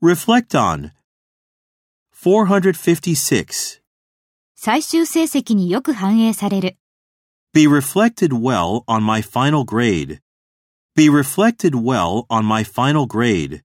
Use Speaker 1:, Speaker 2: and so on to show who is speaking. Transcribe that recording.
Speaker 1: Reflect on 456.
Speaker 2: 最終成績によく反映される。
Speaker 1: Be reflected well on my final grade. Be reflected well on my final grade.